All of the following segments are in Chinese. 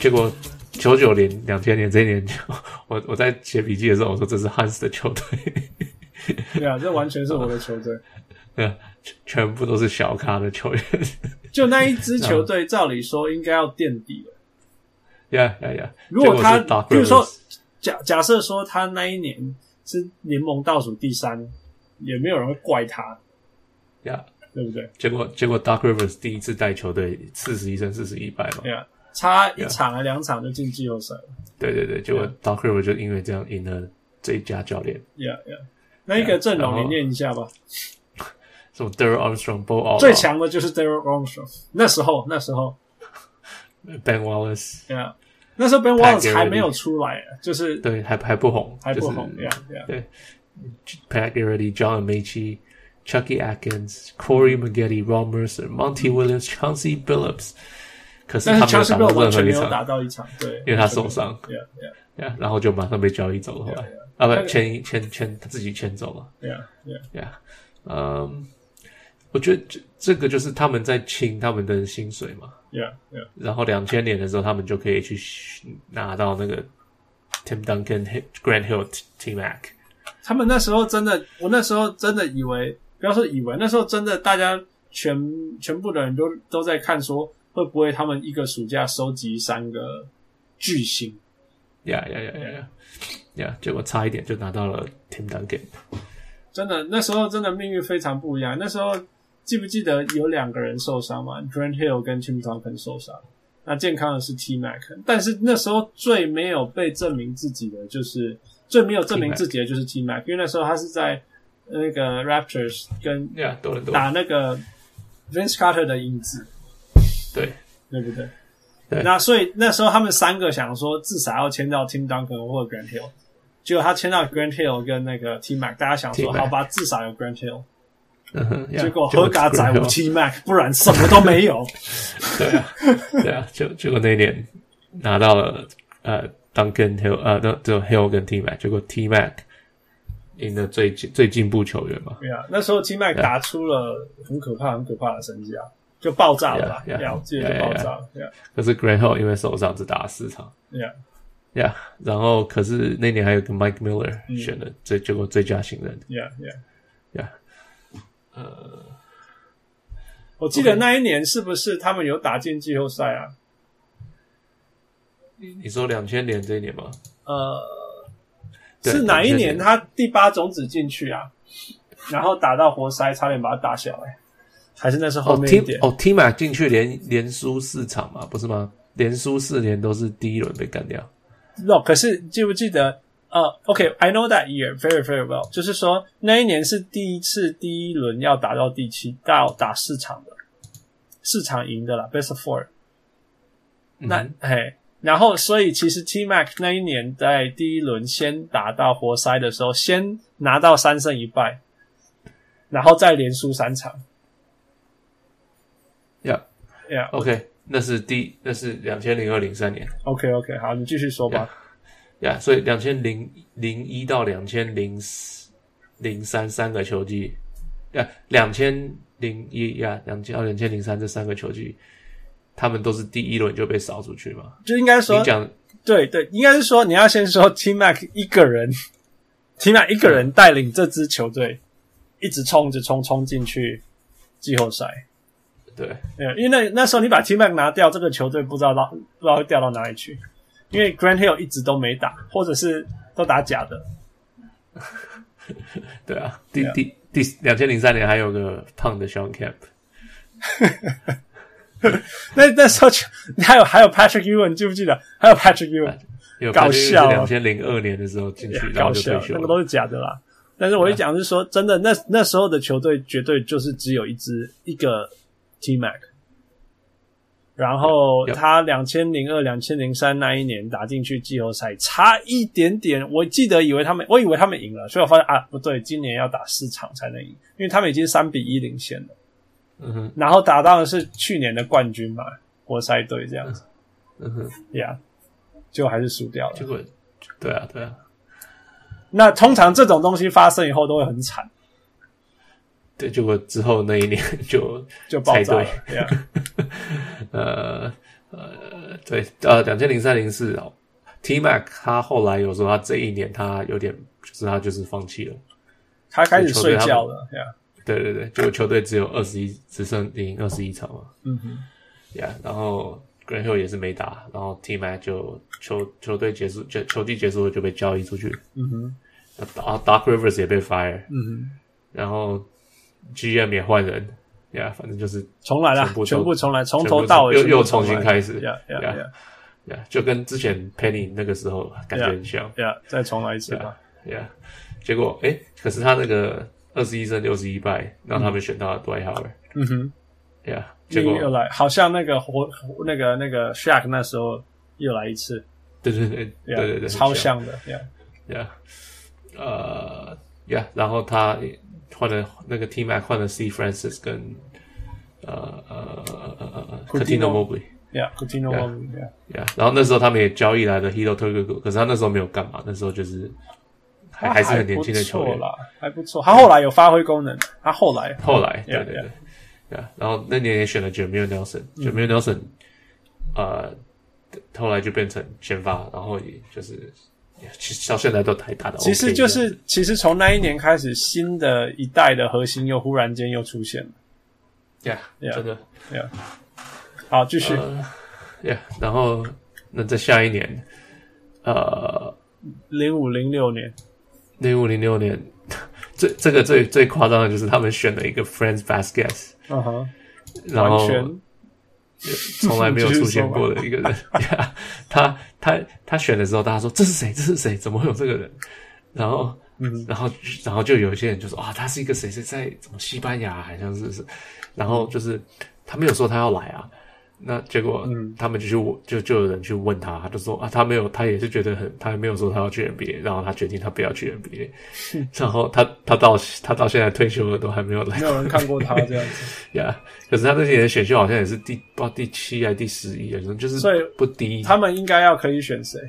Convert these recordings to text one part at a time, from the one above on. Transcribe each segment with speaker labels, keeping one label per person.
Speaker 1: 结果九九年、两千年这一年，我我在写笔记的时候，我说这是汉斯的球队，
Speaker 2: 对啊，这完全是我的球队。
Speaker 1: 对啊，全全部都是小咖的球员。
Speaker 2: 就那一支球
Speaker 1: 嗯
Speaker 2: 队，照理说应该要垫底了。
Speaker 1: 呀呀呀！
Speaker 2: 如果他
Speaker 1: 结果是 Doc，
Speaker 2: 比如说
Speaker 1: Rivers
Speaker 2: 假假设说他那一年是联盟倒数第三，也没有人会怪他，
Speaker 1: 呀，
Speaker 2: 对不对？
Speaker 1: 结果结果 Doc Rivers 第一次带球队四十一胜四十一败嘛，
Speaker 2: 对啊，差一场还两场就进季后赛了。
Speaker 1: 对对对，结果 Doc Rivers 就因为这样赢了最佳教练，
Speaker 2: Yeah, yeah。那一个阵容
Speaker 1: 然后
Speaker 2: 你念一下吧。
Speaker 1: 什么 d a r r y Armstrong、Bo a l
Speaker 2: 最强的就是 Daryl Armstrong，那时候那时候
Speaker 1: Ben Wallace，
Speaker 2: ，Yeah，那时候 Ben
Speaker 1: Pat
Speaker 2: Wallace 还没有
Speaker 1: Garrity
Speaker 2: 出来，啊就是
Speaker 1: 对，还还不红，
Speaker 2: 还不红
Speaker 1: 就是
Speaker 2: ，Yeah, Yeah。
Speaker 1: Pat Garrity、John Amici、Chucky Atkins、Corey Maggette、Ron Mercer、Monty Williams、Chauncey Billups，可是
Speaker 2: 但是
Speaker 1: 他
Speaker 2: c h a n c e
Speaker 1: 没
Speaker 2: l
Speaker 1: 有
Speaker 2: o
Speaker 1: 打到任何
Speaker 2: 完全
Speaker 1: 一
Speaker 2: 没有打
Speaker 1: 场，
Speaker 2: 到一场，对，
Speaker 1: 因为他受伤，
Speaker 2: Yeah, yeah,
Speaker 1: 呀然后就马上被交易走了，后来
Speaker 2: yeah,
Speaker 1: 啊
Speaker 2: 那
Speaker 1: 不
Speaker 2: 个
Speaker 1: 签签签他自己签走了。
Speaker 2: yeah, yeah.
Speaker 1: 对啊，嗯，我觉得这这个就是他们在清他们的薪水嘛，
Speaker 2: Yeah, yeah,
Speaker 1: 然后两千年的时候，他们就可以去拿到那个 Tim Duncan、Grant Hill、T Mac，
Speaker 2: 他们那时候真的，我那时候真的以为，不要说以为，那时候真的大家全全部的人都都在看说，会不会他们一个暑假收集三个巨星？
Speaker 1: 呀呀呀呀呀呀，结果差一点就拿到了 Tim Duncan，
Speaker 2: 真的，那时候真的命运非常不一样。那时候记不记得有两个人受伤嘛？Grant Hill 跟 Tim Duncan 受伤，那健康的是 T Mac，但是那时候最没有被证明自己的就是最没有证明
Speaker 1: T-Mac
Speaker 2: 自己的就是 T Mac，因为那时候他是在那个 Raptors 跟
Speaker 1: 呀，多伦多，
Speaker 2: 打那个 Vince Carter 的影子，
Speaker 1: 对
Speaker 2: 对不对？
Speaker 1: 对
Speaker 2: 那所以那时候他们三个想说，至少要签到 Tim Duncan 或者 Grant Hill，结果他签到 Grant Hill 跟那个 T Mac，大家想说，
Speaker 1: T-Mac
Speaker 2: 好吧，至少有 Grant Hill，
Speaker 1: 嗯哼，呀
Speaker 2: 结果何嘎仔
Speaker 1: Grant
Speaker 2: 无
Speaker 1: Hill，
Speaker 2: T Mac，不然什么都没 有。
Speaker 1: 对啊，对啊，就结果那一年拿到了呃 Duncan Hill 呃，那只有 Hill 跟 T Mac，结果 T Mac 赢了最最进步球员嘛，
Speaker 2: 对啊，那时候 T Mac 打出了很可怕、很可怕的身价，就爆炸了吧？
Speaker 1: Yeah, yeah,
Speaker 2: 对啊我记得就爆炸了。对啊
Speaker 1: 可是 Grant Hill 因为受伤只打了四场，
Speaker 2: 对啊
Speaker 1: 呀、然后可是那年还有个 Mike Miller
Speaker 2: 嗯
Speaker 1: 选了最、结果最佳新人，
Speaker 2: 对啊对啊
Speaker 1: 呀、
Speaker 2: 我记得那一年是不是他们有打进季后赛啊？
Speaker 1: 你说两千年这一年吗？
Speaker 2: 呃，
Speaker 1: 对
Speaker 2: 是哪一
Speaker 1: 2000
Speaker 2: 年
Speaker 1: 年
Speaker 2: 他第八种子进去啊？然后打到活塞，差点把他打下来，还是那是后
Speaker 1: 哦
Speaker 2: 面一
Speaker 1: ，T
Speaker 2: 点？
Speaker 1: 哦 T Mac 进去连连输四场嘛，不是吗？连输四年都是第一轮被干掉。
Speaker 2: No，可是记不记得？呃，OK，I、know that year very very well，就是说那一年是第一次第一轮要打到第七，到打四场的，四场赢的啦，Best of Four。那、
Speaker 1: 嗯
Speaker 2: 嘿，然后所以其实 T Mac 那一年在第一轮先打到活塞的时候，先拿到三胜一败，然后再连输三场。
Speaker 1: 呀、
Speaker 2: Yeah,
Speaker 1: o k 那是第那是两千零二零三年
Speaker 2: OK OK，好，你继续说吧。
Speaker 1: 呀所以两千零零一到两千零零三三个球季，呀，两千零一呀，两千到哦两千零三这三个球季，他们都是第一轮就被扫出去嘛。
Speaker 2: 就应该说
Speaker 1: 你，讲
Speaker 2: 对啊对，应该是说你要先说 T Mac 一个人，T Mac 一个人带领这支球队一直冲着冲冲进去季后赛。
Speaker 1: 对
Speaker 2: 对，因为那那时候你把 T Mac 拿掉，这个球队不知道到不知道会掉到哪里去，因为 Grant Hill 一直都没打，或者是都打假的。
Speaker 1: 对啊，第
Speaker 2: Yeah.
Speaker 1: 第第两千零三年还有个胖的 Sean Camp，
Speaker 2: 那那时候就还有还有 Patrick Ewing，记不记得？还有 Patrick Ewing，
Speaker 1: 有
Speaker 2: 搞笑啊
Speaker 1: 两千零二年的时候进去，然后
Speaker 2: 搞
Speaker 1: 就
Speaker 2: 笑啊
Speaker 1: 退，休
Speaker 2: 那个都
Speaker 1: 了。嗯
Speaker 2: 是假的啦。但是我一讲是说真的，那那时候的球队绝对就是只有一支一个 T Mac，然后
Speaker 1: Yeah.
Speaker 2: 他两千零二、两千零三那一年打进去季后赛，差一点点，我记得以为他们，我以为他们赢了，所以我发现啊不对，今年要打四场才能赢，因为他们已经三比一领先了。
Speaker 1: 嗯哼，
Speaker 2: 然后打到的是去年的冠军嘛，活塞队这样子，
Speaker 1: 嗯哼，
Speaker 2: 呀、yeah,，就还是输掉了
Speaker 1: 结。果对啊，对啊，
Speaker 2: 那通常这种东西发生以后都会很惨，
Speaker 1: 对， 结果之后那一年就
Speaker 2: 就爆炸了
Speaker 1: 猜。
Speaker 2: 对啊，
Speaker 1: 呃，呃，对，呃，两千零三零四哦，T Mac 他后来有说他这一年他有点，就是他就是放弃了。
Speaker 2: 他开始睡觉了，对啊，
Speaker 1: 对对对，就球队只有二十一，只剩赢二十一场嘛。
Speaker 2: 嗯哼，
Speaker 1: Yeah，然后 g r a n Hill 也是没打，然后 T Mac 就球球队结束，就球季结束了就被交易出去。
Speaker 2: 嗯哼，
Speaker 1: 然后 Dark Rivers 也被 fire，
Speaker 2: 嗯哼，
Speaker 1: 然后 GM 也换人。Yeah，反正就是
Speaker 2: 重来啦
Speaker 1: 全部，都
Speaker 2: 全部重来，从
Speaker 1: 全部
Speaker 2: 头
Speaker 1: 是
Speaker 2: 到尾
Speaker 1: 又
Speaker 2: 全部
Speaker 1: 又
Speaker 2: 重
Speaker 1: 重
Speaker 2: 来
Speaker 1: 新开始
Speaker 2: 呀呀呀
Speaker 1: Yeah，就跟之前 Penny 那个时候感觉很像。
Speaker 2: 呀，再重来一次吧。
Speaker 1: Yeah，结果诶，可是他那个二十一胜六十一败，让他们选到了 Dwight Howard。
Speaker 2: 嗯哼，
Speaker 1: Yeah，结
Speaker 2: 命
Speaker 1: 果
Speaker 2: 运又来，好像那个活活那个那个 Shaq 那时候又来一次，
Speaker 1: 对对对对
Speaker 2: yeah，
Speaker 1: 对对，
Speaker 2: 超
Speaker 1: 很像。
Speaker 2: 像的呀。
Speaker 1: Yeah，呃，Yeah，然后他换了那个 T Mac 换了 C Francis 跟呃呃呃呃呃
Speaker 2: Coutinho
Speaker 1: Coutinho Mobley。
Speaker 2: Yeah, Coutinho
Speaker 1: Yeah
Speaker 2: Mobley, yeah.
Speaker 1: Yeah，然后那时候他们也交易来了 Hito t u r g o 可是他那时候没有干嘛，那时候就是还还是很年轻的球员
Speaker 2: 还不错。啦，还不错。他后来有发挥功能，他后来
Speaker 1: 后来，对
Speaker 2: Yeah, 嗯
Speaker 1: 对对，对啊，然后那年也选了 Jamil Nelson，Jamil Nelson，呃，后来就变成先发，然后也就是其实到现在都还打的，
Speaker 2: 其实就是其实从那一年开始，新的一代的核心又忽然间又出现了。
Speaker 1: Yeah，
Speaker 2: Yeah
Speaker 1: 真的
Speaker 2: 好，继续。
Speaker 1: 呃 Yeah，然后那在下一年，呃，
Speaker 2: 零五零六年，
Speaker 1: 零五零六年， 最这个最最夸张的就是他们选了一个 Friends Vasquez，
Speaker 2: 嗯哼，
Speaker 1: 然后
Speaker 2: 完全
Speaker 1: 从来没有出现过的一个人。yeah, 他他他选的时候，大家说这是谁？这是谁？怎么会有这个人？然后，
Speaker 2: 嗯
Speaker 1: 然后，然后就有一些人就说啊，他是一个谁谁在怎么西班牙，好像是是。然后就是他没有说他要来啊，那结果
Speaker 2: 嗯
Speaker 1: 他们就去问就就有人去问他，他就说啊，他没有，他也是觉得很，他没有说他要去 NBA，然后他决定他不要去 NBA，然后他他到他到现在退休了都还没有来
Speaker 2: 没有人看过他这样子，
Speaker 1: 呀可是他这些年选秀好像也是第不知道第七还是第十一啊，就是
Speaker 2: 所以
Speaker 1: 不低。
Speaker 2: 他们应该要可以选谁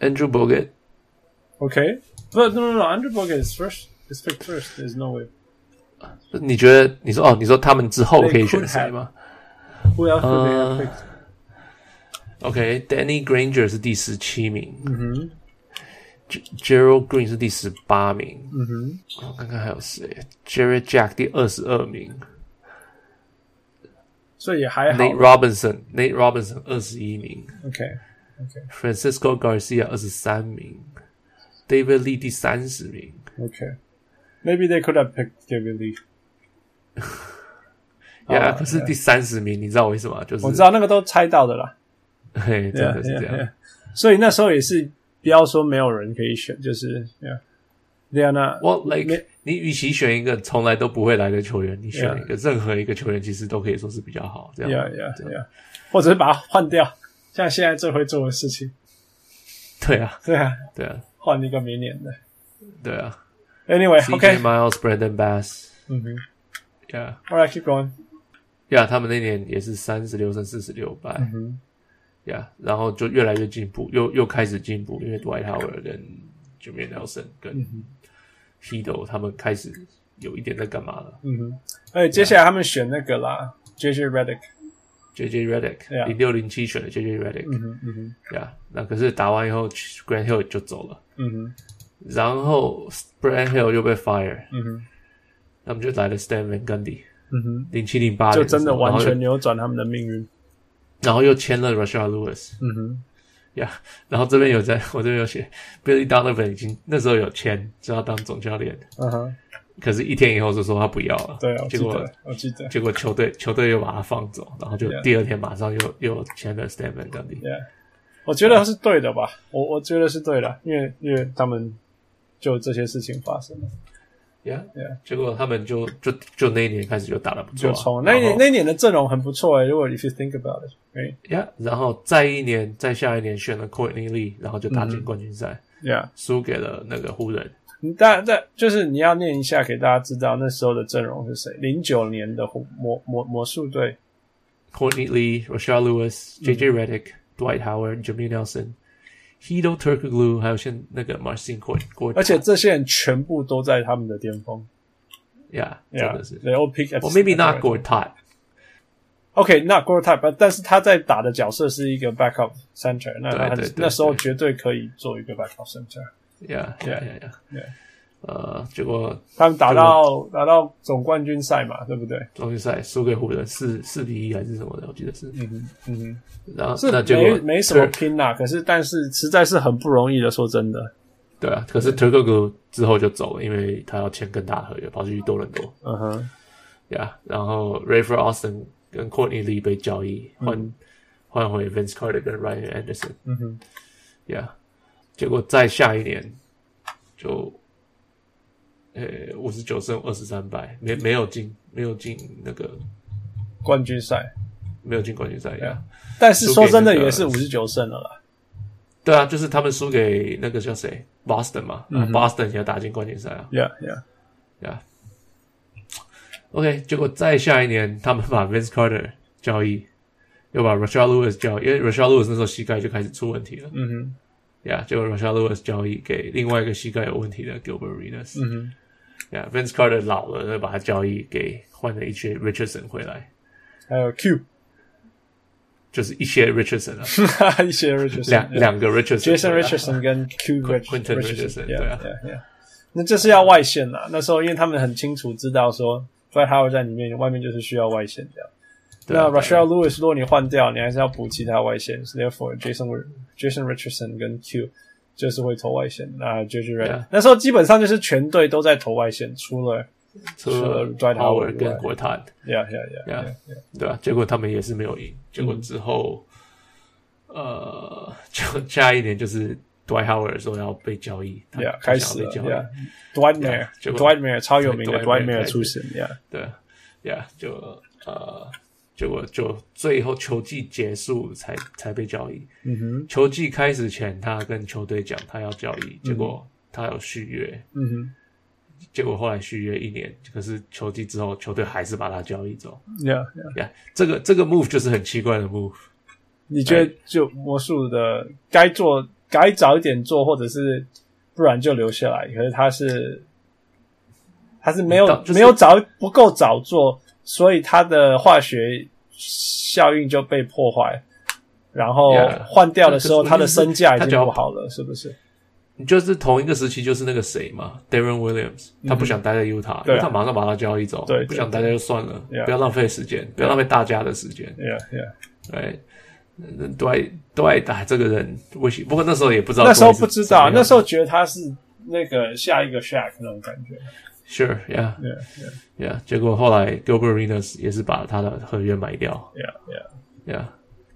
Speaker 1: Andrew Bogut
Speaker 2: ？OK，不，no no no，Andrew Bogut is first. Is picked first. There's no way.
Speaker 1: 你觉得你说哦，你说他们之后可以选谁吗
Speaker 2: Who else would they have
Speaker 1: Uh,
Speaker 2: picked?
Speaker 1: ？OK，Danny Granger 是第十七名，嗯哼，Gerald Green 是第十八名，嗯哼，我看看还有谁，Jerry Jack 第二十二名
Speaker 2: 所以也还好。
Speaker 1: ，Nate Robinson，Nate Robinson 二十一名
Speaker 2: OK，
Speaker 1: ，Francisco Garcia 二十三名，David Lee 第三十名
Speaker 2: Okay. Maybe they could have picked David Lee.
Speaker 1: ，Yeah，
Speaker 2: 哦
Speaker 1: 可是第三十名，你知道为什么吗？就是
Speaker 2: 我知道那个都猜到的啦，
Speaker 1: 嘿，真的是这
Speaker 2: Yeah,
Speaker 1: 样
Speaker 2: yeah,。yeah. 所以那时候也是不要说没有人可以选，就是 yeah, they are not
Speaker 1: 我 like
Speaker 2: 没
Speaker 1: 你与其选一个从来都不会来的球员，你选
Speaker 2: Yeah
Speaker 1: 一个任何一个球员，其实都可以说是比较好。这样
Speaker 2: yeah yeah
Speaker 1: 这样
Speaker 2: yeah，或者是把它换掉，像现在最会做的事情，
Speaker 1: 对啊，
Speaker 2: 对啊，
Speaker 1: 对啊，
Speaker 2: 换一个明年的。
Speaker 1: 对啊。
Speaker 2: Anyway，OK，、
Speaker 1: CJ Miles、Brandon Bass，
Speaker 2: 嗯哼
Speaker 1: yeah
Speaker 2: ，Alright keep going，
Speaker 1: yeah，他们那年也是三十六胜四十六败
Speaker 2: 嗯哼
Speaker 1: ，yeah，然后就越来越进步，又又开始进步，因为 Dwight Howard 跟 Jimmy Nelson
Speaker 2: 嗯
Speaker 1: 跟 Hido 他们开始有一点在干嘛了
Speaker 2: 嗯哼，而且接下来他们选那个啦，JJ Redick，
Speaker 1: ，JJ Redick
Speaker 2: Yeah
Speaker 1: 零六零七选了 JJ Redick，yeah，、
Speaker 2: 嗯哼嗯哼
Speaker 1: 那可是打完以后 Grant Hill 就走了。
Speaker 2: 嗯哼
Speaker 1: 然后 Brand Hill 又被 fire，
Speaker 2: 嗯哼
Speaker 1: 他们就来了 Stan Van Gundy，
Speaker 2: 嗯哼，
Speaker 1: 零七零八
Speaker 2: 就真的完全
Speaker 1: 然后
Speaker 2: 扭转他们的命运。
Speaker 1: 又，然后又签了 Rashard Lewis，
Speaker 2: 嗯哼，
Speaker 1: 呀、然后这边有在， 我这边有写 Billy Donovan 已经那时候有签，就要当总教练，
Speaker 2: 嗯哼，
Speaker 1: 可是一天以后就说他不要了，
Speaker 2: 对啊，我
Speaker 1: 结
Speaker 2: 记
Speaker 1: 果
Speaker 2: 得，我记得。
Speaker 1: 结果球队球队又把他放走，然后就
Speaker 2: Yeah
Speaker 1: 第二天马上又又签了 Stan Van Gundy，
Speaker 2: Yeah，我觉得是对的吧，我我觉得是对的，因为因为他们就这些事情发生了，
Speaker 1: 呀
Speaker 2: Yeah
Speaker 1: 结果他们就就就那一年开始就打得不错
Speaker 2: 就
Speaker 1: 啊、
Speaker 2: 从那一
Speaker 1: 然
Speaker 2: 年
Speaker 1: 后
Speaker 2: 那一年的阵容很不错欸诶、如果 if you think about it，right? 哎
Speaker 1: 呀然后再一年再下一年选了 Courtney Lee，然后就打进冠军赛。
Speaker 2: yeah，
Speaker 1: 输给了那个湖人。
Speaker 2: 你大大就是你要念一下给大家知道那时候的阵容是谁，零九年的魔魔魔魔术队
Speaker 1: Courtney Lee、Rashard Lewis、J.J.
Speaker 2: 嗯
Speaker 1: Redick、Dwight Howard、Jameer Nelson、Hedo Turkoglu，还有现那个 Marcin Court Court，
Speaker 2: 而且这些人全部都在他们的巅峰
Speaker 1: ，Yeah，真
Speaker 2: ，yeah，
Speaker 1: 的是。
Speaker 2: they all pick at
Speaker 1: 我 maybe not
Speaker 2: at the right-
Speaker 1: Gortat，
Speaker 2: OK，那 g o r t y p e 但是他在打的角色是一个 backup center，那
Speaker 1: 对
Speaker 2: 他
Speaker 1: 对对
Speaker 2: 那时候绝对可以做一个 backup center。
Speaker 1: 呀呀呀呀，
Speaker 2: Yeah
Speaker 1: 呃，结果
Speaker 2: 他们打到打到总冠军赛嘛，对不对？
Speaker 1: 总决赛输给湖人四四比一还是什么的，我记得是。
Speaker 2: 嗯哼，嗯哼，
Speaker 1: 然后
Speaker 2: 是
Speaker 1: 那结
Speaker 2: 没
Speaker 1: 果
Speaker 2: 没什么
Speaker 1: Tur-
Speaker 2: 拼啦，可是但是实在是很不容易的，说真的，
Speaker 1: 对啊，可是 t u r k o g 之后就走了，因为他要签更大的合约，跑去多伦多。
Speaker 2: 嗯哼，
Speaker 1: 呀、yeah,，然后 Rayford Austin 跟 Courtney Lee 被交易，换、换回 Vince Carter 跟 Ryan Anderson。
Speaker 2: 嗯哼，
Speaker 1: Yeah，结果再下一年就，呃，五十九胜二十三败，没没有进，没有进那个，
Speaker 2: 冠军赛。
Speaker 1: 没有进冠军赛。
Speaker 2: Yeah
Speaker 1: Yeah，
Speaker 2: 但是说真的，
Speaker 1: 输给那个
Speaker 2: 也是五十九胜了啦。
Speaker 1: 对啊，就是他们输给那个叫谁，Boston 嘛、
Speaker 2: 嗯哼
Speaker 1: b o s t o n 也打进冠军赛啊。
Speaker 2: Yeah, yeah.
Speaker 1: Yeah。OK，结果再下一年，他们把 Vince Carter 交易，又把 Rashad Lewis 交易，因为 Rashad Lewis 那时候膝盖就开始出问题了。
Speaker 2: 嗯哼，
Speaker 1: Yeah，结果 Rashad Lewis 交易给另外一个膝盖有问题的 Gilbert Arenas。
Speaker 2: 嗯哼，
Speaker 1: Yeah，Vince Carter 老了，就把他交易给换了一些 Richardson 回来，
Speaker 2: 还有 Q，
Speaker 1: 就是一些 Richardson 啊，
Speaker 2: 一些 Richardson，
Speaker 1: 两
Speaker 2: yeah
Speaker 1: 两个 Richardson
Speaker 2: ，Jason
Speaker 1: 回来
Speaker 2: Richardson 跟 Q Rich-
Speaker 1: Quentin Richardson，对啊
Speaker 2: yeah, yeah. 那这是要外线啦。那时候因为他们很清楚知道说 f l y Howard 在里面，外面就是需要外线这样。
Speaker 1: 对啊
Speaker 2: 那
Speaker 1: 对啊
Speaker 2: Rashad Lewis 如果你换掉，你还是要补其他外线，therefore Jason Jason Richardson 跟 Q 就是会投外线。那 JJ Redick、
Speaker 1: Yeah
Speaker 2: 那时候基本上就是全队都在投外线，除了
Speaker 1: 除
Speaker 2: 了
Speaker 1: 了
Speaker 2: 呃 Dwight Howard
Speaker 1: Howard
Speaker 2: 以外
Speaker 1: 跟国泰，
Speaker 2: Yeah Yeah Yeah,
Speaker 1: Yeah
Speaker 2: yeah.
Speaker 1: 对啊，结果他们也是没有赢。结果之后，呃，就下一年就是 Dwight Howard 说要被交易，他
Speaker 2: Yeah，
Speaker 1: 他
Speaker 2: 开
Speaker 1: 想
Speaker 2: 始
Speaker 1: 要
Speaker 2: 了
Speaker 1: 被交易
Speaker 2: ，Yeah。Dwight Mayer，
Speaker 1: 结果
Speaker 2: Dwight Mayer 超有名的
Speaker 1: 对
Speaker 2: Dwight
Speaker 1: ，Dwight
Speaker 2: Mayer
Speaker 1: Mayer
Speaker 2: 出身，Yeah，
Speaker 1: 对啊，Yeah，就呃，结果就最后球季结束才才被交易。
Speaker 2: 嗯哼，
Speaker 1: 球季开始前，他跟球队讲他要交易，结果他有续约，
Speaker 2: 嗯哼
Speaker 1: 结果后来续约一年，可是球季之后，球队还是把他交易走。
Speaker 2: ，Yeah Yeah。
Speaker 1: 呀、这个这个 move 就是很奇怪的 move。
Speaker 2: 你觉
Speaker 1: 哎
Speaker 2: 得就魔术的该做该早一点做，或者是不然就留下来？可是他是他是没有、
Speaker 1: 到就是
Speaker 2: 没有早不够早做，所以他的化学效应就被破坏。然后
Speaker 1: Yeah
Speaker 2: 换掉的时候，
Speaker 1: 那可是
Speaker 2: 他的身价已
Speaker 1: 他
Speaker 2: 经
Speaker 1: 只要
Speaker 2: 不好了，是不是？
Speaker 1: 你就是同一个时期，就是那个谁嘛，Darren Williams，他不想待在 Utah，、
Speaker 2: 嗯
Speaker 1: 因
Speaker 2: 对啊
Speaker 1: 为他马上把他交易走，
Speaker 2: 对啊对
Speaker 1: 不想待在就算了
Speaker 2: Yeah
Speaker 1: 不要浪费时间，不要浪费大家的时间。
Speaker 2: Yeah, yeah。
Speaker 1: 对，那对对，打这个人不行。不过那时候也不知道，
Speaker 2: 那时候不知道，那时
Speaker 1: 候
Speaker 2: 候觉得他是那个下一个 Shaq 那种感觉。
Speaker 1: sure yeah
Speaker 2: Yeah, yeah,
Speaker 1: yeah，结果后来 Gilbert Arenas 也是把他的合约买掉
Speaker 2: yeah, yeah。
Speaker 1: ，yeah，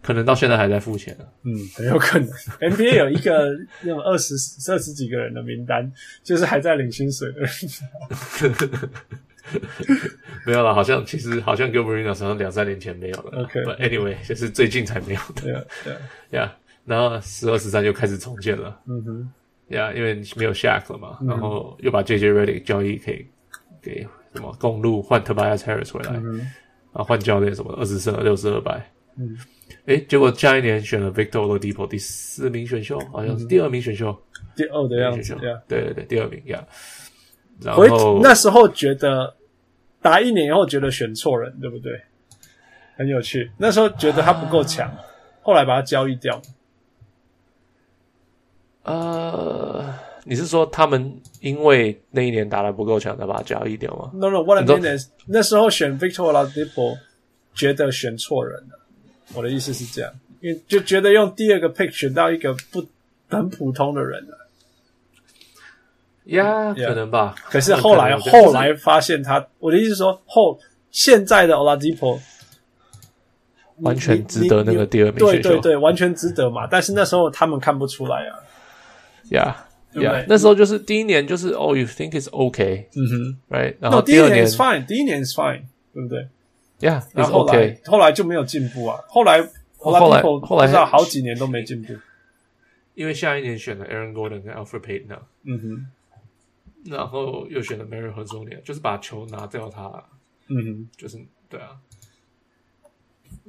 Speaker 1: 可能到现在还在付钱啊。
Speaker 2: 嗯，很有可 能。NBA 有一个那种二十二十几个人的名单，就是还在领薪水的人。
Speaker 1: 没有了，好像其实好像 Gilbert Arenas 好像两三年前没有了
Speaker 2: OK
Speaker 1: But anyway，就是最近才没有的
Speaker 2: 对啊，对啊，
Speaker 1: ，yeah，然后十二十三就开始重建了。
Speaker 2: 嗯哼，嗯
Speaker 1: 呀，因为没有 Shaq 了嘛，然后又把 JJ Redick 交易给给什么公路换 Tobias Harris 回来，
Speaker 2: 嗯
Speaker 1: 啊换教练什么二十胜六十二败，
Speaker 2: 嗯，
Speaker 1: 诶，结果下一年选了 Victor Oladipo 第四名选秀，好像是第二名选秀，
Speaker 2: 第二的嗯样
Speaker 1: 选
Speaker 2: 子
Speaker 1: 秀，
Speaker 2: 对啊。
Speaker 1: 对对对，第二名呀。然
Speaker 2: 回
Speaker 1: 后
Speaker 2: 那时候觉得打一年以后觉得选错人，对不对？很有趣。那时候觉得他不够强，后来把他交易掉。
Speaker 1: 呃，你是说他们因为那一年打得不够强，才把他交易掉吗？
Speaker 2: No, no, what I
Speaker 1: 你说
Speaker 2: mean is，那时候选 Victor Oladipo 觉得选错人了。我的意思是这样，因为就觉得用第二个 pick 选到一个不很普通的人了。
Speaker 1: 呀，
Speaker 2: Yeah
Speaker 1: 可能吧。
Speaker 2: 可是后来
Speaker 1: 可能就是
Speaker 2: 后来发现他，我的意思是说，后现在的 Oladipo
Speaker 1: 完全值得那个第二名
Speaker 2: 对
Speaker 1: 选秀
Speaker 2: 对。对，完全值得嘛。但是那时候他们看不出来啊。
Speaker 1: 呀
Speaker 2: 对不
Speaker 1: 呀
Speaker 2: 对，
Speaker 1: 那时候就是第一年就是哦，you think is okay，right？
Speaker 2: 嗯哼，
Speaker 1: 然
Speaker 2: 那
Speaker 1: 后
Speaker 2: 第一
Speaker 1: 二
Speaker 2: 年
Speaker 1: 年
Speaker 2: is fine，第一年 is fine，对不对？
Speaker 1: ，yeah，
Speaker 2: 然
Speaker 1: is
Speaker 2: 后后来
Speaker 1: okay，
Speaker 2: 后来就没有进步啊。后来
Speaker 1: 后来
Speaker 2: Oladipo
Speaker 1: 后来
Speaker 2: 不知道好几年都没进步。
Speaker 1: 因为下一年选了 Aaron Gordon 跟 Alfred Payton，啊
Speaker 2: 嗯哼，
Speaker 1: 然后又选了 Mary 和 z o n i a 就是把球拿掉他啦，
Speaker 2: 嗯哼，
Speaker 1: 就是对啊，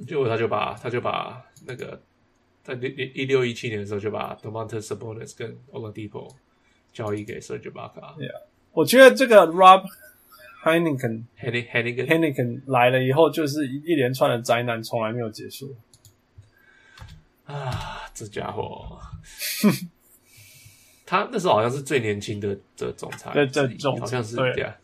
Speaker 1: 结果他就把他就把那个在一六一七年的时候就把 d o m a n t e Sabonis 跟 Oladipo 交易给 Serge i b a k a
Speaker 2: 我觉得这个 Rob Heineken
Speaker 1: Henning Henning
Speaker 2: Heineken 来了以后，就是一一连串的灾难从来没有结束。
Speaker 1: 啊，这家伙，他那时候好像是最年轻的的总裁之
Speaker 2: 对
Speaker 1: 一，
Speaker 2: 这总裁
Speaker 1: 好像是
Speaker 2: 对
Speaker 1: 对啊，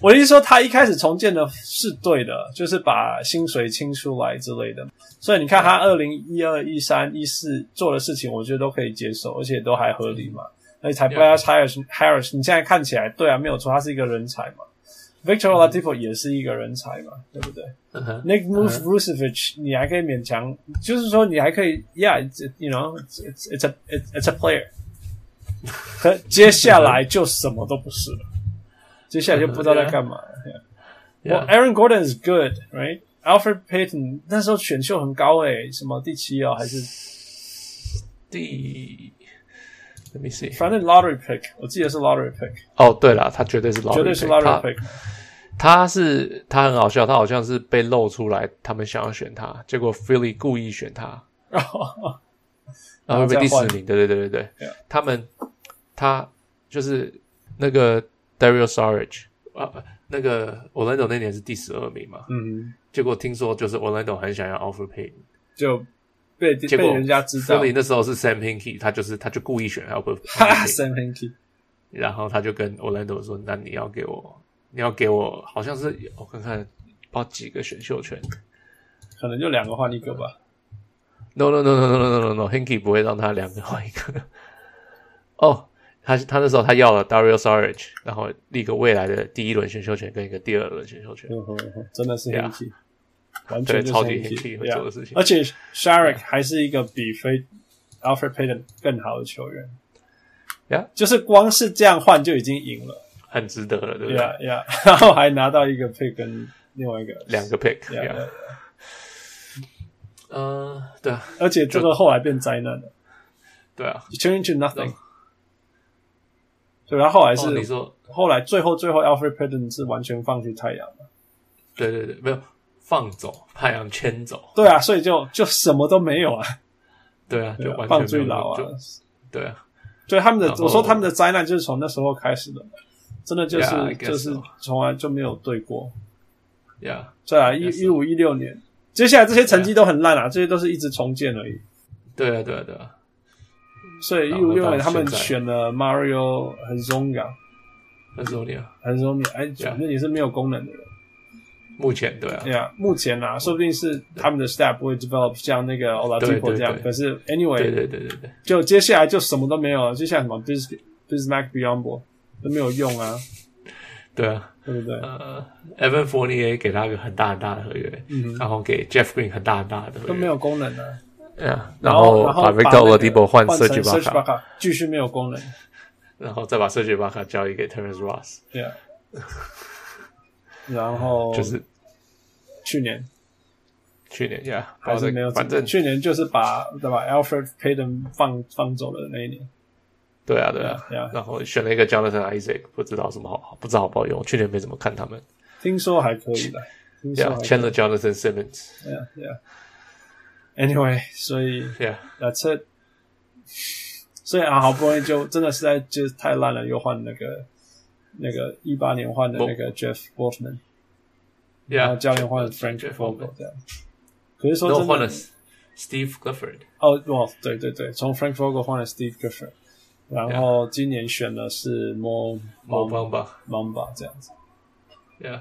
Speaker 2: 我的意思说，他一开始重建的是对的，就是把薪水清出来之类的。所以你看，他二零一二、一三、一四做的事情，我觉得都可以接受，而且都还合理嘛。而且才不
Speaker 1: Yeah.
Speaker 2: 要 Harris Harris，你现在看起来对啊，没有错，他是一个人才嘛。Victor Oladipo 也是一个人才嘛，对不对
Speaker 1: 嗯哼，
Speaker 2: ？Nick m u s v u c e v i c 你还可以勉强，就是说你还可以，Yeah，you know，it's it's- it's a it's it's a player。可接下来就什么都不是了，接下来就不知道在干嘛了。Yeah. 我
Speaker 1: Uh-huh. Yeah.
Speaker 2: Aaron Gordon is good, right? Alfred Payton 那时候选秀很高诶、什么第七哦，还是
Speaker 1: 第，Let me see，
Speaker 2: 反正 lottery pick，我记得是 lottery pick，
Speaker 1: 哦，对了，他绝对是老，
Speaker 2: 绝对是 lottery
Speaker 1: 他
Speaker 2: pick。
Speaker 1: 他是他很好笑，他好像是被露出来，他们想要选他，结果 Philly 故意选他，
Speaker 2: 然后
Speaker 1: 然后被
Speaker 2: 再
Speaker 1: 第四
Speaker 2: 换
Speaker 1: 名，对对对对对
Speaker 2: Yeah.
Speaker 1: 他们他就是那个 Dario Saric 啊，不那个 Orlando 那年是第十二名嘛，
Speaker 2: 嗯，
Speaker 1: 结果听说就是 Orlando 很想要 offer Payton，
Speaker 2: 就被
Speaker 1: 结
Speaker 2: 被
Speaker 1: 果
Speaker 2: 人家知道
Speaker 1: Philly 那时候是 Sam Hinkie，他就是他就故意选 offer，
Speaker 2: 哈哈
Speaker 1: Payton，
Speaker 2: ，Sam Hinkie，
Speaker 1: 然后他就跟 Orlando 说，那你要给我，你要给我，好像是我看看，不知道几个选秀权。
Speaker 2: 可能就两个换一个吧。
Speaker 1: No no no no no no no no no，Hinky 不会让他两个换一个。 哦，他他那时候他要了 Dario Saric，然后一个未来的第一轮选秀权跟一个第二轮选秀权，
Speaker 2: 嗯哼嗯哼真的是
Speaker 1: Yeah
Speaker 2: Hinkie，完全
Speaker 1: 啊对
Speaker 2: 就是
Speaker 1: 超级
Speaker 2: Hinkie
Speaker 1: Hinkie 会做的事
Speaker 2: yeah
Speaker 1: 情
Speaker 2: 而且 Sharek 还是一个比非 Alfred Payton 更好的球员。
Speaker 1: Yeah
Speaker 2: 就是光是这样换就已经赢了。
Speaker 1: 很值得了，对不对？
Speaker 2: Yeah, yeah，然 后还拿到一个 pick 跟另外一个
Speaker 1: 两个 pick，
Speaker 2: Yeah, yeah,
Speaker 1: yeah
Speaker 2: yeah
Speaker 1: 呃，对啊，
Speaker 2: 而且这个后来变灾难了
Speaker 1: 对啊。
Speaker 2: ，turn into nothing
Speaker 1: 哦。
Speaker 2: 对，然后后来
Speaker 1: 哦，你
Speaker 2: 是
Speaker 1: 说
Speaker 2: 后来最后最后 Alfred Payton 是完全放弃太阳的，
Speaker 1: 对对对，没有放走太阳牵走，
Speaker 2: 对啊，所以就就什么都没有啊，
Speaker 1: 对啊，
Speaker 2: 对
Speaker 1: 就
Speaker 2: 啊，
Speaker 1: 完
Speaker 2: 放
Speaker 1: 全
Speaker 2: 追
Speaker 1: 没有，
Speaker 2: 牢啊，
Speaker 1: 就对啊，
Speaker 2: 对他们的
Speaker 1: 然，后
Speaker 2: 我说他们的灾难就是从那时候开始的，真的就是
Speaker 1: Yeah, I guess
Speaker 2: 就是
Speaker 1: so.
Speaker 2: 从来就没有对过，
Speaker 1: yeah，
Speaker 2: 对啊，一
Speaker 1: guess so.
Speaker 2: 一五一六年，接下来这些成绩都很烂啊，这些都是一直重建而已，
Speaker 1: 对啊，对啊，对啊，
Speaker 2: 所以一
Speaker 1: 然
Speaker 2: 五
Speaker 1: 后
Speaker 2: 六
Speaker 1: 到
Speaker 2: 年他们
Speaker 1: 现在
Speaker 2: 选了 Mario 和 Zonga，
Speaker 1: 那时候你啊，
Speaker 2: 还是说你哎，
Speaker 1: Yeah.
Speaker 2: 反正你是没有功能的人。
Speaker 1: 目前对啊
Speaker 2: 对，啊，目前啊，说不定是他们的 staff 不会 develop 像那个 Oladipo
Speaker 1: 对
Speaker 2: 这样。
Speaker 1: 对
Speaker 2: 可是
Speaker 1: 对
Speaker 2: anyway，
Speaker 1: 对对对对，
Speaker 2: 就接下来就什么都没有了，接下来什么 Biz Bizmac Beyond 都没有用啊，
Speaker 1: 对啊。
Speaker 2: 对不对？
Speaker 1: 呃，Evan Fournier 给他一个很大很大的合约，
Speaker 2: 嗯
Speaker 1: 然后给 Jeff Green 很大很大的合约，
Speaker 2: 都没有功能啊。
Speaker 1: 嗯，
Speaker 2: 然
Speaker 1: 然后
Speaker 2: 然后
Speaker 1: 把
Speaker 2: 那
Speaker 1: Victor
Speaker 2: 个
Speaker 1: Oladipo 换
Speaker 2: 成
Speaker 1: Serge
Speaker 2: Serge
Speaker 1: Ibaka，
Speaker 2: Ibaka，继续没有功能。
Speaker 1: 然后再把 Serge Ibaka 交易给 Terrence Ross，
Speaker 2: 对啊。然后
Speaker 1: 就是
Speaker 2: 去年
Speaker 1: 去年呀，
Speaker 2: 还是没有，
Speaker 1: 反正
Speaker 2: 去年就是把对吧？Alfred Payton 放放走了那一年。
Speaker 1: 对啊对啊
Speaker 2: 对啊，
Speaker 1: 然后选了一个 Jonathan Isaac，不知道什么好，不知道好不好用，去年没怎么看他们，
Speaker 2: 听说还可以的，听说
Speaker 1: 呀
Speaker 2: 还，可以
Speaker 1: 签了 Jonathan Simmons，
Speaker 2: Yeah, yeah. 啊 Anyway，所以
Speaker 1: 呀，
Speaker 2: that's it。所以啊，好不容易就真的是在就是太烂了，又换那个那个一八年换的那个 Jeff Boltman，然后
Speaker 1: 呀，
Speaker 2: 教练换了 Frank
Speaker 1: Jeff
Speaker 2: Vogel
Speaker 1: Vogel
Speaker 2: 这样。可是说
Speaker 1: 然后
Speaker 2: 真
Speaker 1: 换了
Speaker 2: 的，
Speaker 1: Steve Clifford，
Speaker 2: 哦，哇，对对对，从 Frank Vogel 换了 Steve Griffin，然后今年选的是 Mo
Speaker 1: 莫
Speaker 2: Um,
Speaker 1: 邦吧，
Speaker 2: Mamba 这样子。
Speaker 1: 呀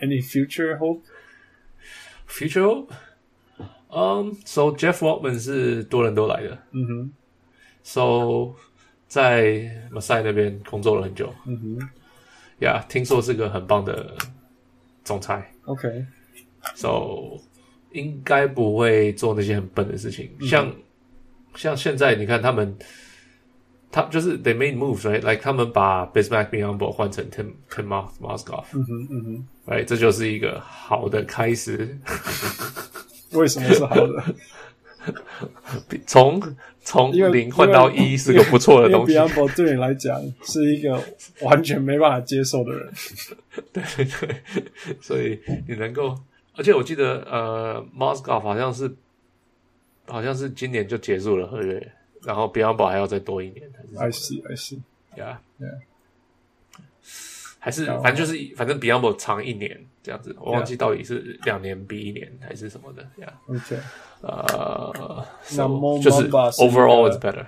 Speaker 2: Any future hope？
Speaker 1: ，Future，嗯，So Jeff Waltman 是多伦多来的。
Speaker 2: 嗯哼，
Speaker 1: So，在马赛那边工作了很久，
Speaker 2: 嗯哼
Speaker 1: 呀、听说是个很棒的总裁。
Speaker 2: ，OK，嗯
Speaker 1: So，应该不会做那些很笨的事情，
Speaker 2: 嗯
Speaker 1: 像像现在你看他们，他就是 they made moves，right？Like 他们把 Bismack b i o m b o 换成 Tim Tim Mos- Moskoff，right？
Speaker 2: 嗯哼，嗯哼。
Speaker 1: 这就是一个好的开始。
Speaker 2: 为什么是好的？
Speaker 1: 从从
Speaker 2: 因为
Speaker 1: 零换到一是个不错的东西
Speaker 2: 因为。Beyond 对你来讲是一个完全没办法接受的人。
Speaker 1: 对对对， 所以你能够，而且我记得呃 m o s c o w 好像是好像是今年就结束了合约，然后 b e y o n d 还要再多一年，还是什么
Speaker 2: I
Speaker 1: 的
Speaker 2: see, I see.
Speaker 1: Yeah.
Speaker 2: Yeah.
Speaker 1: 还是
Speaker 2: 搞不好
Speaker 1: 反正就是反正 Biombo 长一年这样子，我忘记到底是两年比一年还是什么的呀。
Speaker 2: OK，
Speaker 1: 呃，
Speaker 2: 那
Speaker 1: so,
Speaker 2: Mo
Speaker 1: 就是
Speaker 2: Bamba 是一个
Speaker 1: overall is better。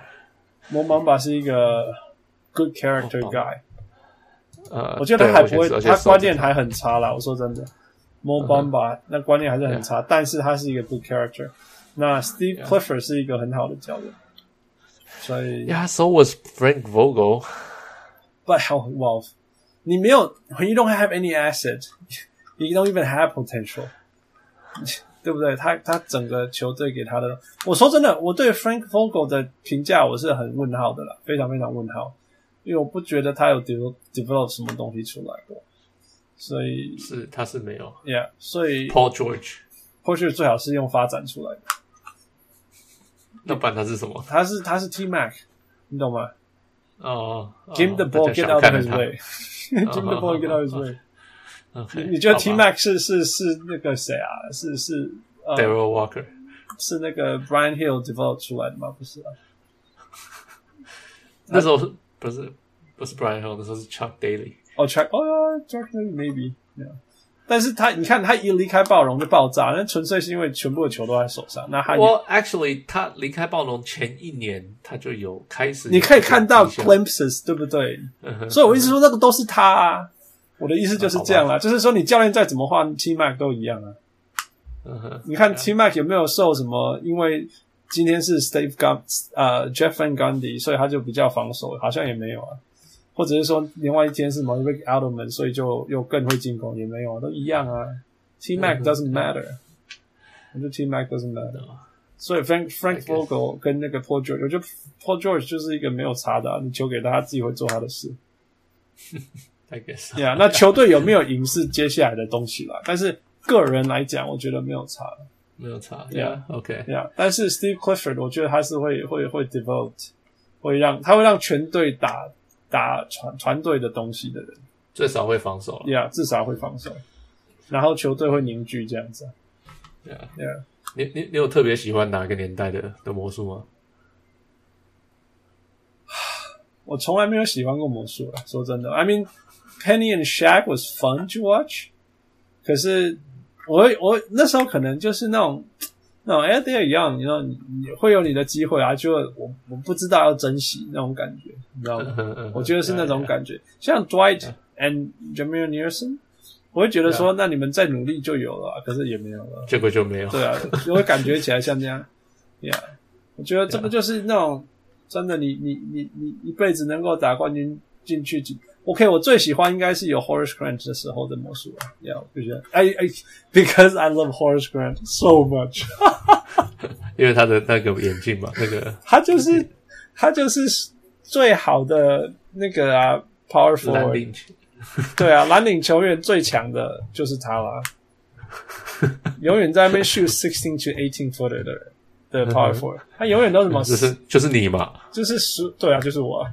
Speaker 2: 莫芒巴是一个 good character
Speaker 1: 哦
Speaker 2: guy，
Speaker 1: 呃，
Speaker 2: 我觉得
Speaker 1: 对
Speaker 2: 他还不会
Speaker 1: 觉，得是
Speaker 2: 他观念。
Speaker 1: 而且是
Speaker 2: 还很差啦。我说真 的，Mo Bamba 那观念还是很差，但是他是一个 good character。那 Steve
Speaker 1: Yeah
Speaker 2: Clifford 是一个很好的教练，所以
Speaker 1: Yeah, so was Frank Vogel.
Speaker 2: but how well 你没有 when you don't have any asset, you don't even have potential，对不对？他他整个球队给他的，我说真的，我对 Frank Vogel 的评价我是很问号的啦，非常非常问号，因为我不觉得他有 develop develop 什么东西出来过，所以
Speaker 1: 是，他是没有
Speaker 2: yeah，所以
Speaker 1: Paul George。
Speaker 2: 或许最好是用发展出来的，
Speaker 1: 那不然他是什么？
Speaker 2: 他是他是 T Mac，你懂吗
Speaker 1: 哦哦
Speaker 2: ？Give him the
Speaker 1: 大
Speaker 2: ball,
Speaker 1: 家
Speaker 2: get
Speaker 1: 想
Speaker 2: out
Speaker 1: 看看
Speaker 2: of his
Speaker 1: 他
Speaker 2: way. Give him the ball, get out of his way.
Speaker 1: OK，
Speaker 2: 你觉得
Speaker 1: 好吧
Speaker 2: T Mac 是是是那个谁啊？是是呃
Speaker 1: Darryl Walker？
Speaker 2: 是那个 Brian Hill develop 出来的吗？不是啊，
Speaker 1: 那时候是不是不是 Brian Hill，那时候是 Chuck Daly。
Speaker 2: 哦 Chuck 哦 Chuck maybe yeah。但是他你看他一离开暴龙就爆炸，那纯粹是因为全部的球都在手上。那他
Speaker 1: 我 actually 他离开暴龙前一年，他就有开始，
Speaker 2: 你可以看到
Speaker 1: 有迹象
Speaker 2: glimpses 对不对？
Speaker 1: 嗯哼
Speaker 2: 所以我一直说那个都是他啊。我的意思就是这样
Speaker 1: 啊
Speaker 2: 啦，就是说你教练再怎么换 T Mac 都一样啊。
Speaker 1: 嗯哼
Speaker 2: 你看
Speaker 1: Yeah
Speaker 2: T Mac 有没有受什么？因为今天是 Steve Gun 呃 Jeff Van Gundy，所以他就比较防守，好像也没有啊。或者是说另外一天是什么 Rick Alderman，所以就又更会进攻，也没有啊，都一样啊。T Mac
Speaker 1: 嗯
Speaker 2: doesn't matter，我觉得 T Mac doesn't matter。所以 Frank
Speaker 1: 啊 I
Speaker 2: Frank
Speaker 1: guess
Speaker 2: Vogel 跟那个 Paul George，我觉得 Paul George 就是一个没有差的、啊，你球给他，他自己会做他的事。
Speaker 1: ，I guess
Speaker 2: 对啊，那球队有没有赢是接下来的东西啦。但是个人来讲，我觉得没有差。
Speaker 1: 没有差
Speaker 2: Yeah
Speaker 1: ，Yeah，OK，
Speaker 2: 对啊，但是 Steve Clifford，我觉得他是会会会 devote，会让他会让全队打打团团队的东西的人
Speaker 1: 最少会防守了
Speaker 2: ，Yeah，至少会防守，然后球队会凝聚这样子啊。
Speaker 1: ，Yeah。
Speaker 2: Yeah，
Speaker 1: 你你你有特别喜欢哪个年代的的魔术吗？
Speaker 2: 我从来没有喜欢过魔术啊，说真的，I mean Penny and Shaq was fun to watch，可是我我那时候可能就是那种。那种 at there 一样，你知道，你你会有你的机会啊，就我我不知道要珍惜那种感觉，你知道
Speaker 1: 嗯
Speaker 2: 吗？我觉得是那种感觉，像 Dwight and Jameer Nelson，我会觉得说，那你们再努力就有了啊，可是也没有了
Speaker 1: 觉，。结果就没有。
Speaker 2: 对啊，就会感觉起来像这样。Yeah，我觉得这个
Speaker 1: Yeah
Speaker 2: 就是那种真的你，你你你你一辈子能够打冠军进去几？OK，我最喜欢应该是有 Horace Grant 的时候的魔术啊。Yeah，我就觉得，I I because I love Horace Grant so much，
Speaker 1: 因为他的那个眼镜嘛，那 个
Speaker 2: 他 就是他就是最好的那个啊，power
Speaker 1: 蓝
Speaker 2: forward。
Speaker 1: 领球，
Speaker 2: 对啊，蓝领球员最强的就是他啦，永远在那边 shoot sixteen to eighteen footer 的人的 power forward，他永远都是什么？
Speaker 1: 嗯就是就是你嘛，
Speaker 2: 就是十对啊，就是我啊，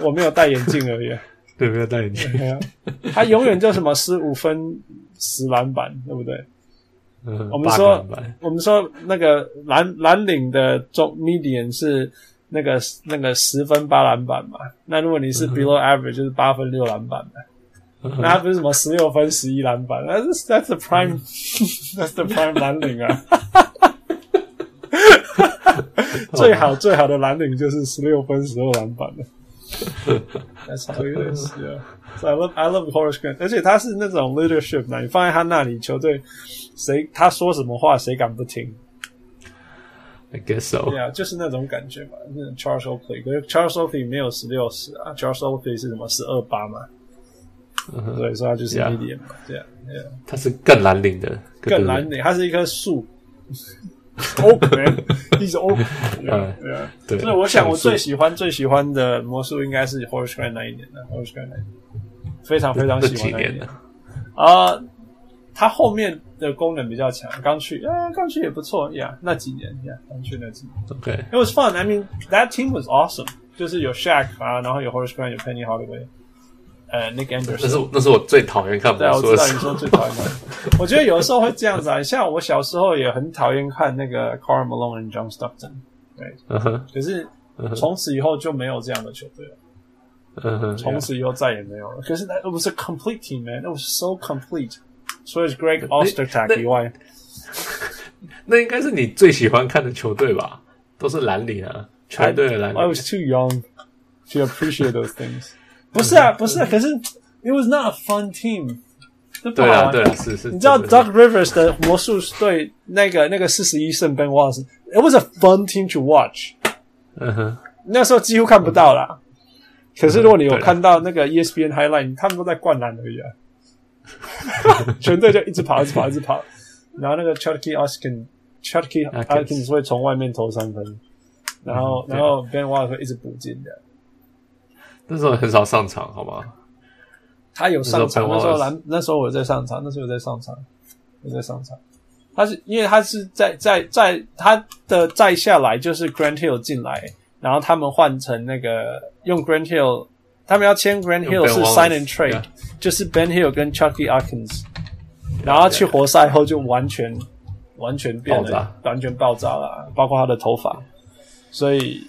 Speaker 2: 我没有戴眼镜而已啊。
Speaker 1: 对，没有戴眼镜。
Speaker 2: 对啊，他永远就什么十五分十篮板，对不对？
Speaker 1: 嗯
Speaker 2: 我们
Speaker 1: 八
Speaker 2: 说
Speaker 1: 个篮板
Speaker 2: 我们说那个蓝蓝领的中 median 是那个那个十分八篮板嘛，那如果你是 below average 就是八分六篮板嘛。那他不是什么十六分、十一篮板，那是 That's the prime, That's the prime 蓝领啊。最好最好的蓝领就是十六分、十二篮板的。That's how it is. Yeah. So I love I love Horace Grant，而且他是那种 leadership 呢，你放在他那里，球队谁他说什么话谁敢不听？
Speaker 1: ，I guess so
Speaker 2: 对。啊，就是那种感觉嘛。那种 Charles Oakley，可是 Charles Oakley 没有十六十啊，Charles Oakley 是什么十二八嘛？对，所以他就是
Speaker 1: 嗯 Yeah.
Speaker 2: medium 嘛，这样。Yeah.
Speaker 1: 他是更蓝领的，
Speaker 2: 啊更难
Speaker 1: 领。
Speaker 2: 点，它是一棵 树。oak man，一直 oak，
Speaker 1: 嗯
Speaker 2: 对啊，
Speaker 1: 对
Speaker 2: 所以我想我最
Speaker 1: 像
Speaker 2: 喜欢最喜欢的魔术应该是 Horace Grant 那一年啊的 Horace Grant 那一年，非常非常
Speaker 1: 那
Speaker 2: 喜
Speaker 1: 几
Speaker 2: 欢那一
Speaker 1: 年
Speaker 2: 年
Speaker 1: 的，
Speaker 2: 啊。它后面的功能比较强，刚去啊，刚去也不错呀。那几年呀，刚去那几年
Speaker 1: OK，
Speaker 2: ，It was fun. I mean, that team was awesome. 就是有 Shaq 啊，然后有 Horace Grant，有 Penny Hardaway，呃，Nick
Speaker 1: 那
Speaker 2: Anderson
Speaker 1: 是。我那是我最讨厌看
Speaker 2: 对啊，
Speaker 1: 魔术
Speaker 2: 我知
Speaker 1: 的
Speaker 2: 道你
Speaker 1: 时候。
Speaker 2: 说最讨厌的。我觉得有的时候会这样子啊， 像我小时候也很讨厌看那个 Carl Malone 和 John Stockton，
Speaker 1: 嗯哼
Speaker 2: 可是从此以后就没有这样的球队了。
Speaker 1: 嗯哼，
Speaker 2: 从此以后再也没有了。可是那 it was a complete team man, it was so complete。除了 Greg Ostertag 以外，
Speaker 1: 那应该是你最喜欢看的球队吧？都是蓝领啊，全队的蓝
Speaker 2: I
Speaker 1: 领。
Speaker 2: was too young to appreciate those things。不 是啊，不是啊，可是 it was not a fun team。这不
Speaker 1: 对
Speaker 2: 好
Speaker 1: 啊，
Speaker 2: 玩。
Speaker 1: 对啊，是是。
Speaker 2: 你知道
Speaker 1: 真的
Speaker 2: Doug Rivers 的魔术队那个那个四十一胜 Ben Wallace，it was a fun team to watch。
Speaker 1: 嗯哼，
Speaker 2: 那时候几乎看不到啦。可是如果你有
Speaker 1: 对啦
Speaker 2: 看到那个 ESPN highlight，他们都在灌篮而已啊， 全队就一直跑，一直跑，一直跑。然后那个 Chucky Austin，Chucky
Speaker 1: Atkins
Speaker 2: Austin 会从外面投三分，然后
Speaker 1: 嗯对
Speaker 2: 然后 Ben Wallace 会一直补进的。
Speaker 1: 那时候很少上场，好吗？
Speaker 2: 他有上场，
Speaker 1: 那
Speaker 2: 那
Speaker 1: 时
Speaker 2: 时
Speaker 1: 候 Ben Wallace
Speaker 2: 候篮那时候我在上场，那时候我在上场，我在上场。他是因为他是在在在他的再下来就是 Grant Hill 进来，然后他们换成那个用 Grant Hill，他们要签 Grant
Speaker 1: 用
Speaker 2: Hill
Speaker 1: Ben
Speaker 2: 是
Speaker 1: Wallace，
Speaker 2: sign and trade，
Speaker 1: yeah
Speaker 2: 就是 Ben Hill 跟 Chucky Atkins，然后去活塞后就完全完全变
Speaker 1: 爆
Speaker 2: 了
Speaker 1: 炸，
Speaker 2: 完全爆炸了，包括他的头发，所以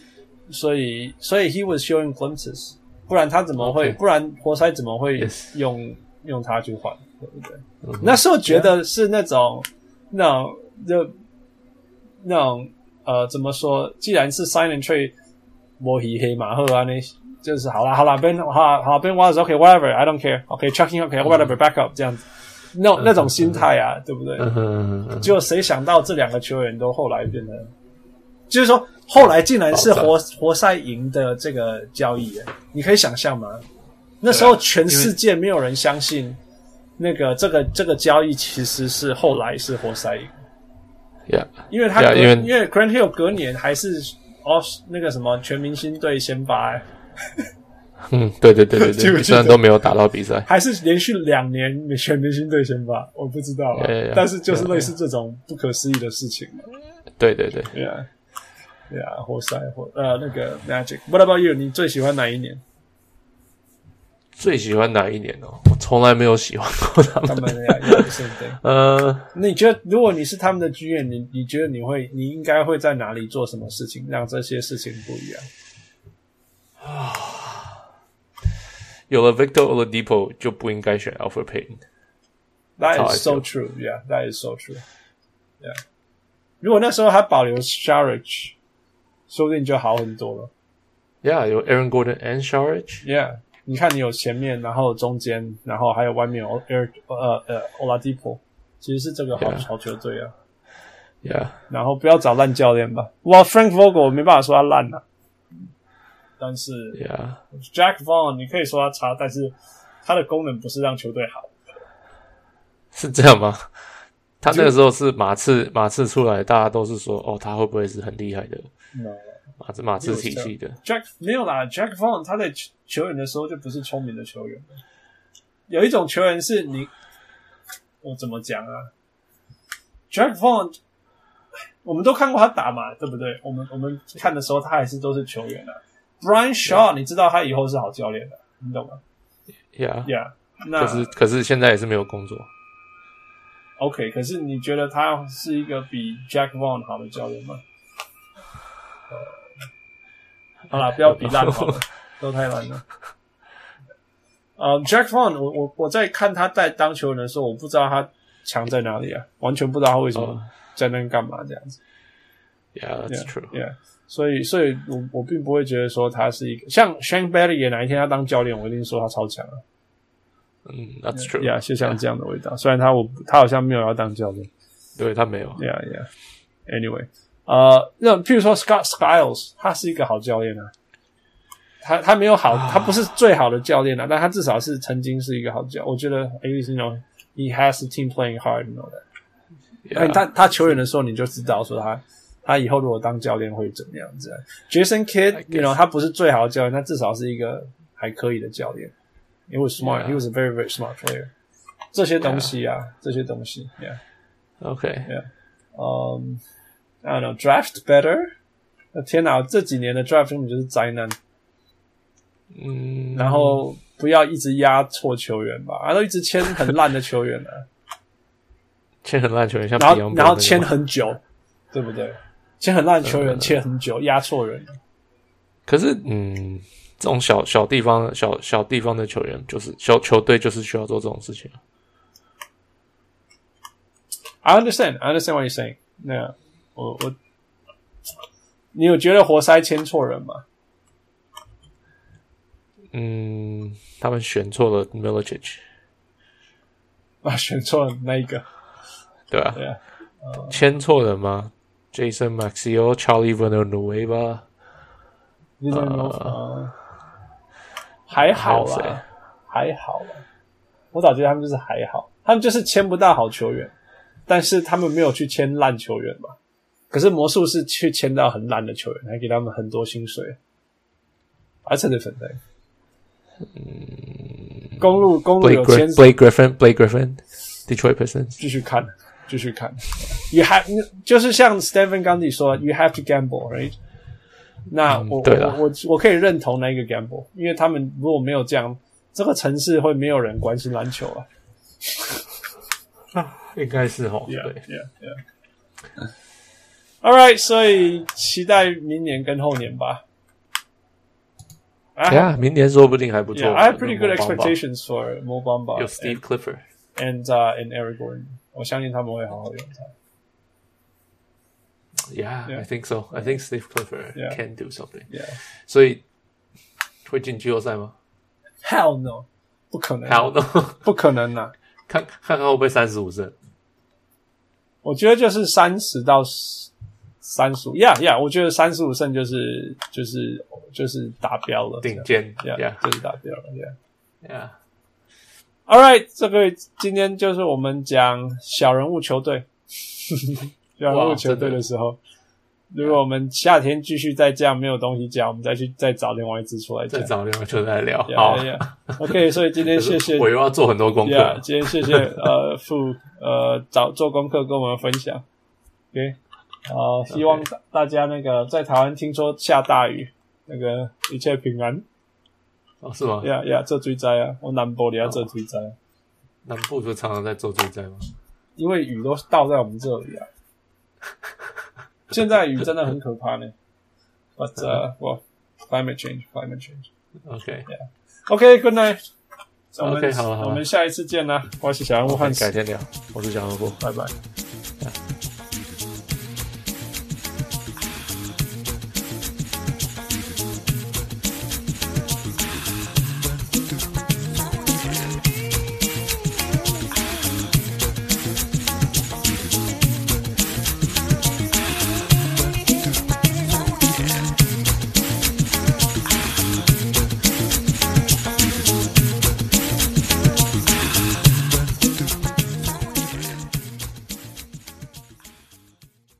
Speaker 2: 所以所以 he was showing glimpses，不然他怎么会
Speaker 1: Okay
Speaker 2: 不然活塞怎么会
Speaker 1: Yes
Speaker 2: 用用他去换，对不对？
Speaker 1: 嗯哼
Speaker 2: 那时候觉得是那种那种就那种呃，怎么说？既然是 sign and trade，摸黑黑马赫啊，那就是好啦好啦，Ben 好好 Ben Wallace OK，whatever，I、don't care，OK，chucking、OK，whatever，back up 这样子，那种那种心态啊，对不对？
Speaker 1: 嗯哼，嗯哼
Speaker 2: 结果谁想到这两个球员都后来变成，就是说后来竟然是活活塞赢的这个交易耶，啊你可以想象吗？那时候全世界没有人相信那个这个这个交易其实是后来是活塞赢，
Speaker 1: ，Yeah，
Speaker 2: 因为他
Speaker 1: 对
Speaker 2: 隔
Speaker 1: 啊因为
Speaker 2: 因为 Grant Hill 隔年还是哦那个什么全明星队先发耶，
Speaker 1: 嗯，对对 对对
Speaker 2: 记不记
Speaker 1: 对，
Speaker 2: 得
Speaker 1: 虽然都没有打到比赛，
Speaker 2: 还是连续两年全明星队先发，我不知道啊
Speaker 1: Yeah, yeah, yeah.
Speaker 2: 但是就是类似这种不可思议的事情嘛。
Speaker 1: 对对对，
Speaker 2: Yeah, yeah，活塞活呃那个 Magic。What about you？你最喜欢哪 一年？
Speaker 1: 最喜欢哪一年哦？我从来没有喜欢过他
Speaker 2: 他
Speaker 1: 们。
Speaker 2: 们俩也不是对。
Speaker 1: 呃，
Speaker 2: 那你觉得，如果你是他们的剧院，你你觉得你会，你应该会在哪里做什么事情，让这些事情不一样？
Speaker 1: 有了 Victor Oladipo 就不应该选 Alfred Payton。
Speaker 2: That is so true. Yeah, that is so true. Yeah，如果那时候还保留 Sharich，说不定就好很多了。
Speaker 1: Yeah，有 Aaron Gordon and Sharich。
Speaker 2: Yeah，你看你有前面，然后中间，然后还有外面有 Air 呃呃 Oladipo，其实是这个好
Speaker 1: Yeah
Speaker 2: 好球队啊。
Speaker 1: Yeah，
Speaker 2: 然后不要找烂教练吧。哇，Frank Vogel 我没办法说他烂啊，但是
Speaker 1: Yeah，
Speaker 2: Jack Vaughn 你可以说他差，但是他的功能不是让球队好。
Speaker 1: 是这样吗？他那个时候是马刺，马刺出来，大家都是说，哦，他会不会是很厉害的
Speaker 2: No，
Speaker 1: 马刺马刺体系的？
Speaker 2: Jack 没有啦，Jack Vaughn 他在球球员的时候就不是聪明的球员了有一种球员是你，我怎么讲啊？Jack Vaughn，我们都看过他打嘛，对不对？我们我们看的时候他还是都是球员啊。Brian Shaw，你知道他以后是好教练的，你懂吗
Speaker 1: Yeah，
Speaker 2: ？Yeah，那
Speaker 1: 可是可是现在也是没有工作。
Speaker 2: OK，可是你觉得他是一个比 Jack Vaughn 好的教练吗？呃好啦，不要比烂好了，都太烂了。呃、j a c k Vaughn，我我我在看他在当球员的时候，我不知道他强在哪里啊，完全不知道他为什么
Speaker 1: 哦
Speaker 2: 在那边干嘛这样子。
Speaker 1: Yeah，that's
Speaker 2: Yeah,
Speaker 1: true。
Speaker 2: Yeah，所以所以我我并不会觉得说他是一个像 Shane Barry 也哪一天他当教练，我一定说他超强啊。
Speaker 1: 嗯，that's true。
Speaker 2: Yeah，就像这样的味道。虽然他我他好像没有要当教练。
Speaker 1: 对他没有。
Speaker 2: Yeah, yeah. Anyway，呃，那譬如说 Scott Skiles，他是一个好教练啊。他他没有好，
Speaker 1: 啊
Speaker 2: 他不是最好的教练啊，但他至少是曾经是一个好教。我觉得 at least you know he has the team playing hard, you know that. 哎
Speaker 1: Yeah，
Speaker 2: 他他球员的时候，你就知道说他他以后如果当教练会怎么样子啊。Jason
Speaker 1: I
Speaker 2: Kidd，you
Speaker 1: guess.
Speaker 2: know 他不是最好的教练，他至少是一个还可以的教练。He was smart,
Speaker 1: Yeah.
Speaker 2: he was a very very smart player. 这些东西啊这些东西，yeah.
Speaker 1: OK，
Speaker 2: um, I don't know, draft better。呃天哪，这几年的 draft 根本就是灾难。
Speaker 1: 嗯，
Speaker 2: 然后不要一直压错球员吧，然后一直签很烂的球员呢、啊
Speaker 1: 签很烂球员，像
Speaker 2: 然
Speaker 1: Beyond
Speaker 2: 后然后
Speaker 1: Bell
Speaker 2: 签
Speaker 1: 那个，
Speaker 2: 很久，对不对？签很烂的球员，
Speaker 1: 嗯
Speaker 2: 签很久，压错人。
Speaker 1: 可是嗯，这种小小地方、小小地方的球员，就是球球队就是需要做这种事情。啊
Speaker 2: I understand, I understand what you're saying. 那我我，你有觉得活塞签错人吗？
Speaker 1: 嗯，他们选错了 Milicic，
Speaker 2: 啊，选错了那一个，
Speaker 1: 对吧、
Speaker 2: 对啊，
Speaker 1: 签错人吗？Jason Maxio、Charlie Villanueva，
Speaker 2: 你怎么啊？还好啊
Speaker 1: 还有谁
Speaker 2: 啦，还好啦。我早觉得他们就是还好，他们就是签不到好球员，但是他们没有去签烂球员嘛。可是魔术是去签到很烂的球员，还给他们很多薪水。That's a different thing. 公路公路
Speaker 1: Blake
Speaker 2: 哦有签
Speaker 1: Griffin、Blake Griffin、Blake Griffin、Detroit Pistons。
Speaker 2: 继续看，继续看。You have 就是像 Stephen Gandhi 说，You have to gamble，right？那我、
Speaker 1: 嗯对
Speaker 2: 我
Speaker 1: 啦
Speaker 2: 我我可以认同那一个 gamble，因为他们如果没有这样，这个城市会没有人关心篮球啊。
Speaker 1: 应该是哦
Speaker 2: Yeah,
Speaker 1: 对，
Speaker 2: yeah, yeah. All right，所以期待明年跟后年吧。
Speaker 1: 对啊，明年说不定还不错。
Speaker 2: Yeah, I have pretty good
Speaker 1: 有 Mo Bamba，
Speaker 2: expectations for Mo Bamba
Speaker 1: 有 Steve Clifford，
Speaker 2: and uh, and Eric Gordon。我相信他们会好好用他。
Speaker 1: Yeah,
Speaker 2: Yeah.
Speaker 1: I think so. I think Steve Clifford
Speaker 2: Yeah.
Speaker 1: can do something.
Speaker 2: Yeah,
Speaker 1: 所以会进季后赛吗
Speaker 2: hell no，不可能，
Speaker 1: ？How no？
Speaker 2: 不可能呐、啊。
Speaker 1: 看看看会不会三十五胜？
Speaker 2: 我觉得就是三十到三十五，呀呀，我觉得三十五胜就是就是就是达标了，
Speaker 1: 顶尖
Speaker 2: 呀
Speaker 1: ，Yeah
Speaker 2: 就是达标了，yeah。
Speaker 1: Yeah。
Speaker 2: All right，这个今天就是我们讲小人物球队， 小人物球队的时候，如果我们夏天继续再这样没有东西讲，我们再去再找另外一支出来讲
Speaker 1: 再。找另外一个球队来聊。好
Speaker 2: Yeah, yeah, yeah. OK，所以今天 谢谢
Speaker 1: 我又要做很多功课。
Speaker 2: Yeah，今天谢谢呃傅呃早做功课跟我们分享。OK，呃，希望大大家那个在台湾听说下大雨，那个一切平安。
Speaker 1: 哦，是吗？
Speaker 2: 呀呀，这最灾啊！我南部也要这最灾啊，
Speaker 1: 南部不是常常在做追灾吗？
Speaker 2: 因为雨都倒在我们这里啊。 现在雨真的很可怕呢。But uh, well, climate change, climate change.
Speaker 1: OK，
Speaker 2: OK, good night. 我们
Speaker 1: OK，好了好了
Speaker 2: 我们下一次见啦！我是小人物
Speaker 1: 我们
Speaker 2: 汉
Speaker 1: 改
Speaker 2: 斯，
Speaker 1: 天聊。我是小人物。
Speaker 2: 拜拜。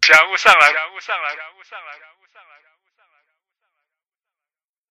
Speaker 3: 小人物上来，小人物上来，小人物上来，小人物上来，小人物上来。